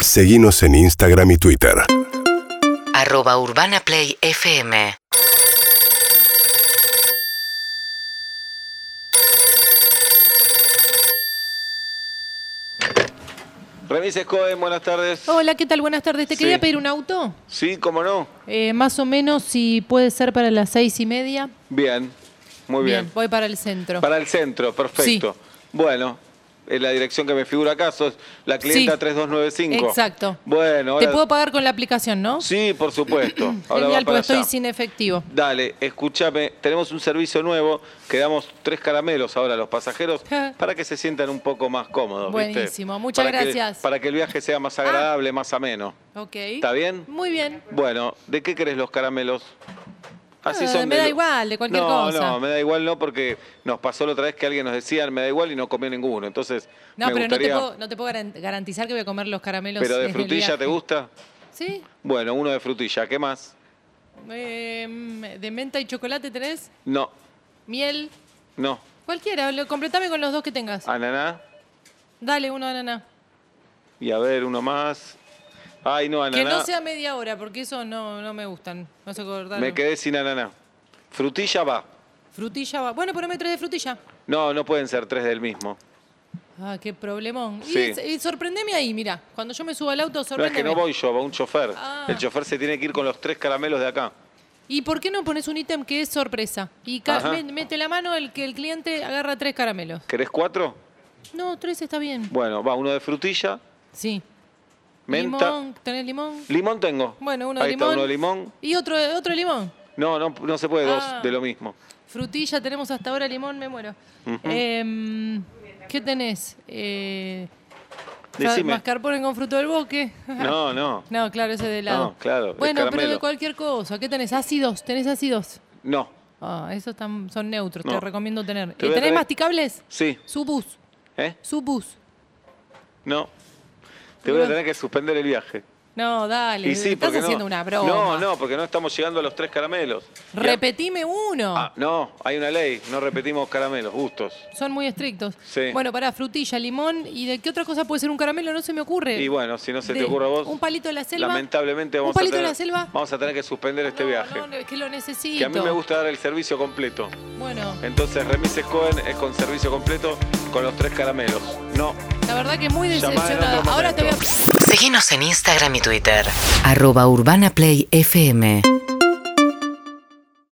Seguimos en Instagram y Twitter. arroba urbanaplayfm Remise Cohen, buenas tardes. Hola, ¿qué tal? Buenas tardes. ¿Te Sí. quería pedir un auto? Sí, cómo no. Eh, más o menos, si puede ser para las seis y media. Bien, muy bien. voy para el centro. Para el centro, perfecto. Bueno, es la dirección que me figura acá, sos la clienta Sí. 3295. Exacto. Bueno, ahora... Te puedo pagar con la aplicación, ¿no? Sí, por supuesto. Ahora va Genial, para porque estoy allá. sin efectivo. Dale, escúchame, tenemos un servicio nuevo que damos tres caramelos ahora a los pasajeros para que se sientan un poco más cómodos. ¿viste? Buenísimo, muchas Para que- gracias. Ah. para que el viaje sea más agradable, más ameno. Ok. ¿Está bien? Muy bien. Bueno, ¿de qué querés los caramelos? Ah, me de da lo- igual, de cualquier no, cosa. No, me da igual no, porque nos pasó la otra vez que alguien nos decía, me da igual y no comió ninguno. Entonces, No, me pero no te, gustaría... puedo, no te puedo garan- garantizar que voy a comer los caramelos. pero de en el frutilla, ¿te viaje. gusta? Sí. Bueno, uno de frutilla, ¿qué más? Eh, de menta y chocolate tenés. No, Miel. no. Cualquiera. Lo, completame con los dos que tengas. Ah. Ananá, Dale, uno ananá. y a ver, uno más. Ay, no, ananá. Que no sea media hora, porque eso no, no me gustan. No sé acordarlo. Me quedé sin ananá. Frutilla va. Frutilla va. Bueno, poneme tres de frutilla. No, no pueden ser tres del mismo. Ah, qué problemón. Sí. Y, es- y sorprendeme ahí, mira. Cuando yo me subo al auto, No es que sorprendeme. no voy yo, va un chofer. Ah. El chofer se tiene que ir con los tres caramelos de acá. ¿Y por qué no pones un ítem que es sorpresa? Y ca- Ajá. me- mete la mano el que el cliente agarra tres caramelos. ¿Querés cuatro? No, tres está bien. Bueno, va uno de frutilla, Sí. menta. Limón, ¿tenés limón? Limón tengo. Bueno, uno de Ahí limón. Está, uno de limón. Y otro, otro limón. No, no, no se puede Ah. dos de lo mismo. Frutilla, tenemos hasta ahora limón, me muero. Em, ¿Qué tenés? Eh, Decime. mascarpone con fruto del bosque. No, no. No, claro, ese de helado. No, claro, es Bueno, pero caramelo. de cualquier cosa. ¿Qué tenés? Ácidos, ¿tenés ácidos? No. Ah, esos tan- son neutros, No. te recomiendo tener. Te Eh, voy a ¿Tenés traer- masticables? Sí. Subus, ¿Eh? subus. No. Te voy a tener que suspender el viaje. No, dale, Y sí, estás porque haciendo no. una broma. No, no, porque no estamos llegando a los tres caramelos. Y a- Repetime uno. Ah, no, hay una ley. No repetimos caramelos, gustos. Son muy estrictos. Sí. Bueno, pará, frutilla, limón. ¿Y de qué otra cosa puede ser un caramelo? No se me ocurre. Y bueno, si no se te De- ocurre a vos. Un palito de la selva. Lamentablemente Un vamos palito a tener, de la selva. Vamos a tener que suspender este No, viaje. no, es que lo necesito. que a mí me gusta dar el servicio completo. Bueno, Entonces, Remises Cohen es con servicio completo con los tres caramelos. No. la verdad que muy Llamá en otro decepcionada. Ahora te voy a momento. Seguinos en Instagram y Twitter. Arroba Urbana Play FM